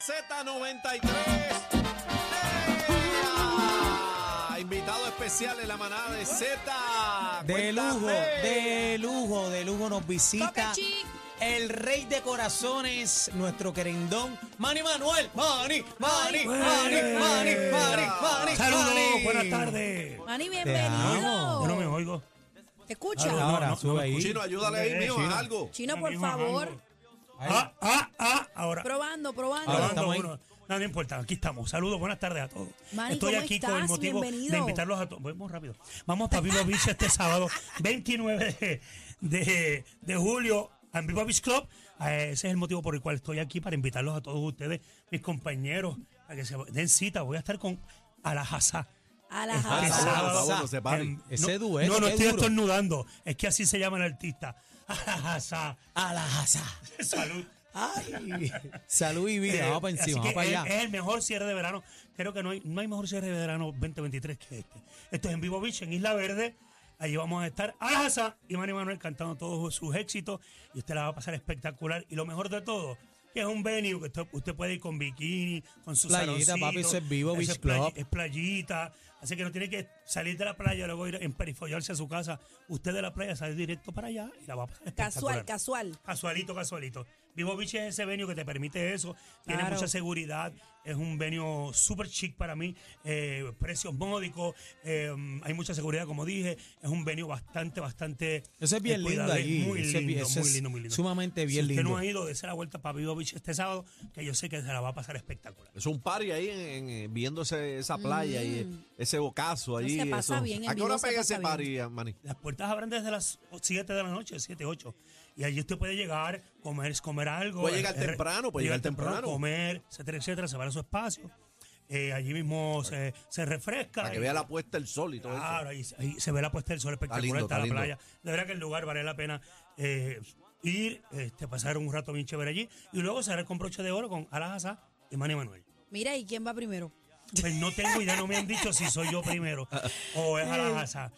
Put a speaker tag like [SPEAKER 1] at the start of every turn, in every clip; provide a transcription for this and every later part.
[SPEAKER 1] Z93. ¡Ea! Invitado especial en la manada de Z.
[SPEAKER 2] De
[SPEAKER 1] Cuéntame.
[SPEAKER 2] lujo, de lujo, de lujo nos visita
[SPEAKER 3] Tokechi.
[SPEAKER 2] el rey de corazones, nuestro querendón, Manny Manuel. Manny, Manny, Manny, Manny, Manny, Manny.
[SPEAKER 4] Saludos,
[SPEAKER 2] Manny.
[SPEAKER 4] buenas tardes.
[SPEAKER 3] Mani,
[SPEAKER 2] Te amo.
[SPEAKER 4] Yo no
[SPEAKER 3] bienvenido.
[SPEAKER 4] me oigo.
[SPEAKER 3] Te escucha.
[SPEAKER 4] Ahora,
[SPEAKER 2] Ahora,
[SPEAKER 4] no, no,
[SPEAKER 2] sube
[SPEAKER 4] no,
[SPEAKER 2] ahí.
[SPEAKER 1] Chino, ayúdale ahí,
[SPEAKER 4] Eh,
[SPEAKER 1] mío,
[SPEAKER 4] Chino.
[SPEAKER 1] a algo.
[SPEAKER 3] Chino,
[SPEAKER 4] Ahora
[SPEAKER 3] por
[SPEAKER 4] mismo
[SPEAKER 3] favor.
[SPEAKER 4] arranco.
[SPEAKER 2] Ahí.
[SPEAKER 4] Ah, ah, ah, ahora.
[SPEAKER 3] Probando, probando.
[SPEAKER 2] Ahora
[SPEAKER 4] Ahora
[SPEAKER 2] estamos ahí.
[SPEAKER 4] uno. No, no importa, aquí estamos. Saludos, buenas tardes a todos.
[SPEAKER 3] Manny,
[SPEAKER 4] Estoy
[SPEAKER 3] ¿cómo
[SPEAKER 4] aquí con el
[SPEAKER 3] estás?
[SPEAKER 4] motivo
[SPEAKER 3] Bienvenido.
[SPEAKER 4] de invitarlos a todos. Vamos rápido. Vamos a Papi Beach este sábado, 29 de, de- de julio, en Viva Beach Club. Eh, Ese es el motivo por el cual estoy aquí, para invitarlos a todos ustedes, mis compañeros, a que se den cita. Voy a estar con este Alajazá.
[SPEAKER 3] A la
[SPEAKER 2] Ah,
[SPEAKER 1] Está
[SPEAKER 3] jaza.
[SPEAKER 1] bueno, está
[SPEAKER 2] sábado.
[SPEAKER 1] bueno ese party.
[SPEAKER 4] Em,
[SPEAKER 2] Ese
[SPEAKER 4] no,
[SPEAKER 2] dueto,
[SPEAKER 4] No, no
[SPEAKER 2] qué
[SPEAKER 4] estoy
[SPEAKER 2] duro.
[SPEAKER 4] estornudando. Es que así se llama el artista. Alajazá.
[SPEAKER 2] A la jaza.
[SPEAKER 4] Salud.
[SPEAKER 2] Ay. Salud y vida.
[SPEAKER 4] Eh,
[SPEAKER 2] Vamos para encima,
[SPEAKER 4] así
[SPEAKER 2] vamos
[SPEAKER 4] que eh,
[SPEAKER 2] para
[SPEAKER 4] es,
[SPEAKER 2] allá.
[SPEAKER 4] es el mejor cierre de verano. Creo que no hay, no hay mejor cierre de verano 2023 que este. Esto es en Vivo Beach, en Isla Verde. Allí vamos a estar Alaza y Manny Manuel cantando todos sus éxitos. Y usted la va a pasar espectacular. Y lo mejor de todo, que es un venue que usted, usted puede ir con bikini, con sus
[SPEAKER 2] Playita,
[SPEAKER 4] saroncitos.
[SPEAKER 2] papi, eso es Vivo Beach
[SPEAKER 4] es playi-
[SPEAKER 2] Club.
[SPEAKER 4] es playita. Así que no tiene que salir de la playa, luego ir en perifollarse a su casa. Usted de la playa sale directo para allá y la va a pasar
[SPEAKER 3] Casual,
[SPEAKER 4] espectacular.
[SPEAKER 3] casual.
[SPEAKER 4] Casualito, casualito. Vivo Beach es ese venio que te permite eso. Tiene
[SPEAKER 3] Claro.
[SPEAKER 4] mucha seguridad. Es un venio súper chic para mí. eh, precios módicos. eh, hay mucha seguridad, como dije. Es un venio bastante, bastante.
[SPEAKER 2] Eso es bien
[SPEAKER 4] eh,
[SPEAKER 2] lindo
[SPEAKER 4] cuidado, es
[SPEAKER 2] allí,
[SPEAKER 4] Muy
[SPEAKER 2] eso es bien-
[SPEAKER 4] lindo,
[SPEAKER 2] eso
[SPEAKER 4] muy
[SPEAKER 2] es
[SPEAKER 4] lindo, muy lindo.
[SPEAKER 2] sumamente bien
[SPEAKER 4] si usted no
[SPEAKER 2] lindo.
[SPEAKER 4] ha ido, de la vuelta para Vivo Beach este sábado, que yo sé que se la va a pasar espectacular.
[SPEAKER 1] Es un party ahí en, en- viéndose esa playa y ese bocazo allí.
[SPEAKER 3] Mm. se pasa
[SPEAKER 1] eso.
[SPEAKER 3] bien, en
[SPEAKER 1] ¿A qué hora
[SPEAKER 3] vivo se
[SPEAKER 1] pega
[SPEAKER 3] pasa
[SPEAKER 1] ese party, eh, Manny?
[SPEAKER 4] Las puertas abren desde las 7 de la noche, 7, 8. Y allí usted puede llegar, comer, comer algo.
[SPEAKER 1] Puede llegar
[SPEAKER 4] eh, eh,
[SPEAKER 1] temprano, puede llegar temprano.
[SPEAKER 4] Comer, etcétera, etcétera. Se va a su espacio. Eh, allí mismo se, se refresca.
[SPEAKER 1] Para que vea la puesta del sol y todo eso.
[SPEAKER 4] Claro, ahí, ahí se ve la puesta del sol espectacular,
[SPEAKER 1] lindo,
[SPEAKER 4] está,
[SPEAKER 1] está
[SPEAKER 4] la
[SPEAKER 1] lindo.
[SPEAKER 4] playa. De verdad que el lugar vale la pena eh, ir, este, pasar un rato bien chévere allí. Y luego cerrar con broche de oro con Alajaza y Manny Manuel.
[SPEAKER 3] Mira, ¿y quién va primero?
[SPEAKER 4] Pues no tengo idea, no me han dicho si soy yo primero o es Alajaza.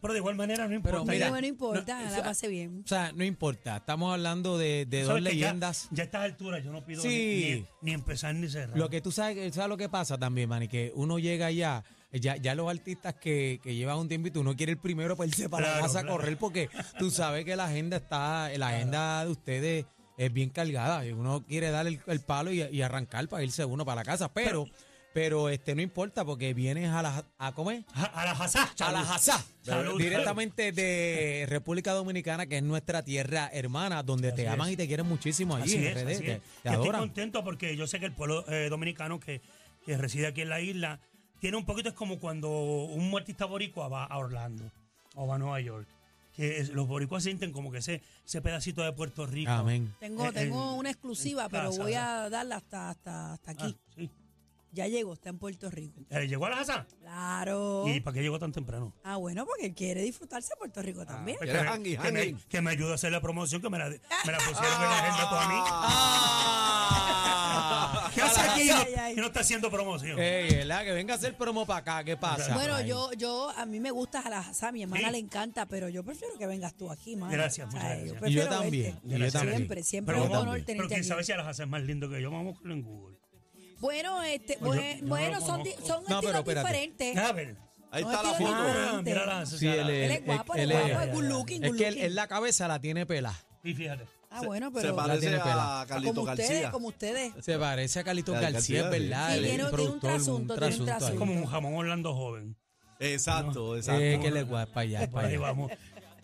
[SPEAKER 4] Pero de igual manera no importa.
[SPEAKER 2] Eh, Pero mira,
[SPEAKER 4] ya-
[SPEAKER 3] no, no importa,
[SPEAKER 2] no,
[SPEAKER 3] la pasé bien.
[SPEAKER 2] O sea, no importa. Estamos hablando de, de dos
[SPEAKER 4] ¿Sabes que ya-
[SPEAKER 2] leyendas.
[SPEAKER 4] Ya, a estas alturas yo no pido
[SPEAKER 2] Sí.
[SPEAKER 4] ni- ni, ni empezar ni cerrar.
[SPEAKER 2] Lo que tú sabes, que- ¿sabes lo que pasa también, Manny? Que uno llega allá, eh, ya, ya los artistas que, que llevan un tiempo y tú no quieres el primero para irse para
[SPEAKER 4] Claro,
[SPEAKER 2] la casa
[SPEAKER 4] claro.
[SPEAKER 2] a correr porque tú sabes que la agenda está, eh, la agenda de ustedes es bien cargada. y Uno quiere dar el, el palo y, y arrancar para irse uno para la casa, pero, pero este no importa porque vienes a la a comer.
[SPEAKER 4] Ja- a la jazá.
[SPEAKER 2] A
[SPEAKER 4] salud.
[SPEAKER 2] la Jazá,
[SPEAKER 4] Salud,
[SPEAKER 2] directamente de República Dominicana, que es nuestra tierra hermana, donde te aman y te quieren muchísimo allí,
[SPEAKER 4] Así
[SPEAKER 2] en
[SPEAKER 4] es,
[SPEAKER 2] RD,
[SPEAKER 4] así
[SPEAKER 2] te,
[SPEAKER 4] es.
[SPEAKER 2] te
[SPEAKER 4] Y estoy
[SPEAKER 2] adoran.
[SPEAKER 4] contento porque yo sé que el pueblo eh, dominicano que, que reside aquí en la isla tiene un poquito, es como cuando un artista boricua va a Orlando o va a Nueva York. Que es- los boricuas sienten como que ese, ese pedacito de Puerto Rico.
[SPEAKER 2] Amén.
[SPEAKER 4] Eh,
[SPEAKER 3] Tengo,
[SPEAKER 4] en-
[SPEAKER 3] tengo una exclusiva,
[SPEAKER 4] en
[SPEAKER 3] pero
[SPEAKER 4] casa,
[SPEAKER 3] voy
[SPEAKER 4] ¿verdad?
[SPEAKER 3] a darla hasta, hasta, hasta
[SPEAKER 4] Ah,
[SPEAKER 3] aquí.
[SPEAKER 4] sí.
[SPEAKER 3] Ya llegó, está en Puerto Rico.
[SPEAKER 4] Eh, ¿Llegó a la jazá?
[SPEAKER 2] Oh.
[SPEAKER 3] Claro.
[SPEAKER 4] ¿Y para qué llegó tan temprano?
[SPEAKER 3] Ah, bueno, porque él quiere disfrutarse de Puerto Rico también.
[SPEAKER 4] Pues
[SPEAKER 1] Era
[SPEAKER 4] que, me-
[SPEAKER 1] hangy,
[SPEAKER 4] que me,
[SPEAKER 1] hangy.
[SPEAKER 4] que me ayude a hacer la promoción, que me la, me la pusieron en la agenda toda
[SPEAKER 2] Ah.
[SPEAKER 4] a mí. ¿Qué hace aquí? y no-
[SPEAKER 3] Ay, Eh, ay, ay.
[SPEAKER 4] Y no está haciendo promoción.
[SPEAKER 2] Ey, ¿verdad? Que venga a hacer promo para acá, ¿qué pasa?
[SPEAKER 3] Bueno,
[SPEAKER 2] Ay.
[SPEAKER 3] yo, yo, a mí me gusta a la jazá, a mi hermana
[SPEAKER 4] Sí.
[SPEAKER 3] le encanta, pero yo prefiero que vengas tú aquí, mano.
[SPEAKER 4] Gracias, muchas gracias.
[SPEAKER 3] yo
[SPEAKER 4] Y yo
[SPEAKER 3] prefiero
[SPEAKER 2] también,
[SPEAKER 3] verte.
[SPEAKER 2] y yo Gracias. también.
[SPEAKER 3] Siempre, siempre
[SPEAKER 4] Pero
[SPEAKER 3] es un
[SPEAKER 4] vamos-
[SPEAKER 3] honor
[SPEAKER 2] también.
[SPEAKER 3] tenerte
[SPEAKER 4] Pero quién
[SPEAKER 3] aquí.
[SPEAKER 4] sabe si Alajaza es más lindo que yo. Vamos a buscarlo en Google.
[SPEAKER 3] Eh, Bueno, este,
[SPEAKER 4] Pues yo-
[SPEAKER 3] bue-
[SPEAKER 4] yo no Ah,
[SPEAKER 3] bueno,
[SPEAKER 4] lo
[SPEAKER 3] son, di-
[SPEAKER 4] conozco.
[SPEAKER 3] son
[SPEAKER 2] No, pero
[SPEAKER 3] estilos
[SPEAKER 2] espérate.
[SPEAKER 3] diferentes.
[SPEAKER 4] A ver.
[SPEAKER 1] Ahí
[SPEAKER 3] No,
[SPEAKER 1] está la
[SPEAKER 3] es que
[SPEAKER 1] foto.
[SPEAKER 3] Ah,
[SPEAKER 4] mira Alajaza.
[SPEAKER 2] Sí, él
[SPEAKER 3] Él
[SPEAKER 2] es-
[SPEAKER 3] es guapo, él
[SPEAKER 2] él
[SPEAKER 3] es
[SPEAKER 2] es-
[SPEAKER 3] guapo, es good looking,
[SPEAKER 2] Es
[SPEAKER 3] good
[SPEAKER 2] que él,
[SPEAKER 3] looking.
[SPEAKER 2] él la cabeza la tiene pela.
[SPEAKER 4] Y fíjate.
[SPEAKER 3] Ah, bueno,
[SPEAKER 1] Se
[SPEAKER 3] pero
[SPEAKER 2] pare-
[SPEAKER 1] parece
[SPEAKER 2] tiene pela.
[SPEAKER 1] a Carlito
[SPEAKER 3] como ustedes,
[SPEAKER 1] García.
[SPEAKER 3] como ustedes.
[SPEAKER 2] Se parece a Carlitos
[SPEAKER 1] Cal-
[SPEAKER 2] García, es
[SPEAKER 1] García, sí.
[SPEAKER 2] verdad.
[SPEAKER 3] Sí,
[SPEAKER 2] él es
[SPEAKER 3] tiene-
[SPEAKER 2] un
[SPEAKER 3] tiene un
[SPEAKER 2] productor,
[SPEAKER 3] trasunto, tiene un
[SPEAKER 2] trasunto ahí.
[SPEAKER 3] trasunto.
[SPEAKER 4] Como un jamón Orlando joven.
[SPEAKER 1] Exacto, exacto.
[SPEAKER 2] Eh, que le guapa para allá, para
[SPEAKER 4] Ahí
[SPEAKER 2] allá.
[SPEAKER 4] vamos.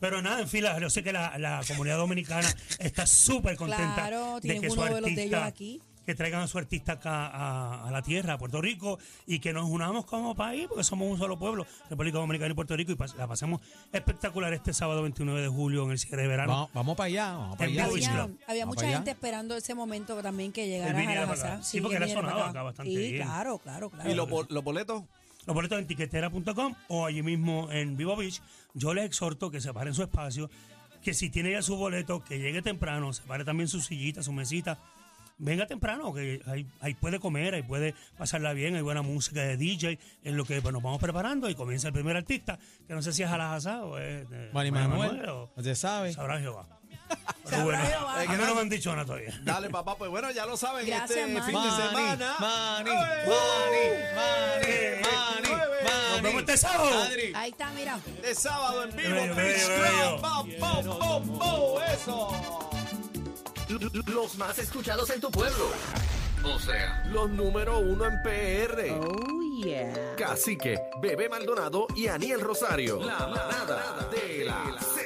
[SPEAKER 4] Pero nada, en fila, yo sé que la, la comunidad dominicana está súper contenta
[SPEAKER 3] Claro,
[SPEAKER 4] de
[SPEAKER 3] tienen
[SPEAKER 4] que su
[SPEAKER 3] uno de los de ellos
[SPEAKER 4] artista,
[SPEAKER 3] aquí.
[SPEAKER 4] que traigan a su artista acá a, a la tierra, a Puerto Rico, y que nos unamos como país, porque somos un solo pueblo, República Dominicana y Puerto Rico, y pas- la pasamos espectacular este sábado 29 de julio en el cierre de verano.
[SPEAKER 2] Vamos, vamos para allá, vamos para
[SPEAKER 4] En
[SPEAKER 2] allá.
[SPEAKER 4] Blue Beach
[SPEAKER 3] Había,
[SPEAKER 4] Club.
[SPEAKER 3] había
[SPEAKER 2] Vamos
[SPEAKER 3] mucha
[SPEAKER 2] allá.
[SPEAKER 3] gente esperando ese momento también que
[SPEAKER 4] Él
[SPEAKER 3] llegara a
[SPEAKER 4] viniera
[SPEAKER 3] la
[SPEAKER 4] para acá.
[SPEAKER 3] Hassan.
[SPEAKER 4] Sí, porque
[SPEAKER 3] él
[SPEAKER 4] él ha
[SPEAKER 3] viniera para
[SPEAKER 4] sonado acá bastante
[SPEAKER 3] Sí,
[SPEAKER 4] bien.
[SPEAKER 3] claro, claro, claro.
[SPEAKER 1] ¿Y los bol- los boletos?
[SPEAKER 4] Los boletos en tiquetera.com o allí mismo en Vivo Beach. Yo les exhorto que se paren su espacio, que si tiene ya su boleto, que llegue temprano, se pare también su sillita, su mesita. Venga temprano, que ahí, ahí puede comer, ahí puede pasarla bien, hay buena música de DJ, en lo que pues, nos vamos preparando y comienza el primer artista, que no sé si es Alajazá o es de
[SPEAKER 2] Manny
[SPEAKER 4] Manuel
[SPEAKER 2] Manuel,
[SPEAKER 4] o
[SPEAKER 2] no se sabe.
[SPEAKER 4] Sabrá Jehová. Pero
[SPEAKER 3] Sabrá
[SPEAKER 4] bueno,
[SPEAKER 3] Jehová.
[SPEAKER 4] a mí no me han dicho nada todavía.
[SPEAKER 1] Dale, papá, pues bueno, ya lo saben,
[SPEAKER 3] Gracias,
[SPEAKER 1] este
[SPEAKER 3] Manny.
[SPEAKER 1] fin
[SPEAKER 3] Mani,
[SPEAKER 1] de semana.
[SPEAKER 2] Mani,
[SPEAKER 1] ¡Ey!
[SPEAKER 2] Mani, Mani,
[SPEAKER 1] ¡Nueve!
[SPEAKER 2] Mani,
[SPEAKER 4] Nos vemos este sábado.
[SPEAKER 2] Adri.
[SPEAKER 3] Ahí está, mira.
[SPEAKER 1] De sábado en vivo,
[SPEAKER 4] Bello,
[SPEAKER 1] Beach
[SPEAKER 4] bello, bello.
[SPEAKER 1] Club. ¡Pam, pam, pam, pam! ¡Eso!
[SPEAKER 5] Los más escuchados en tu pueblo. O sea, los número uno en PR.
[SPEAKER 6] Oh, yeah.
[SPEAKER 5] Cacique, Bebé Maldonado y Aniel Rosario. La manada de la Z.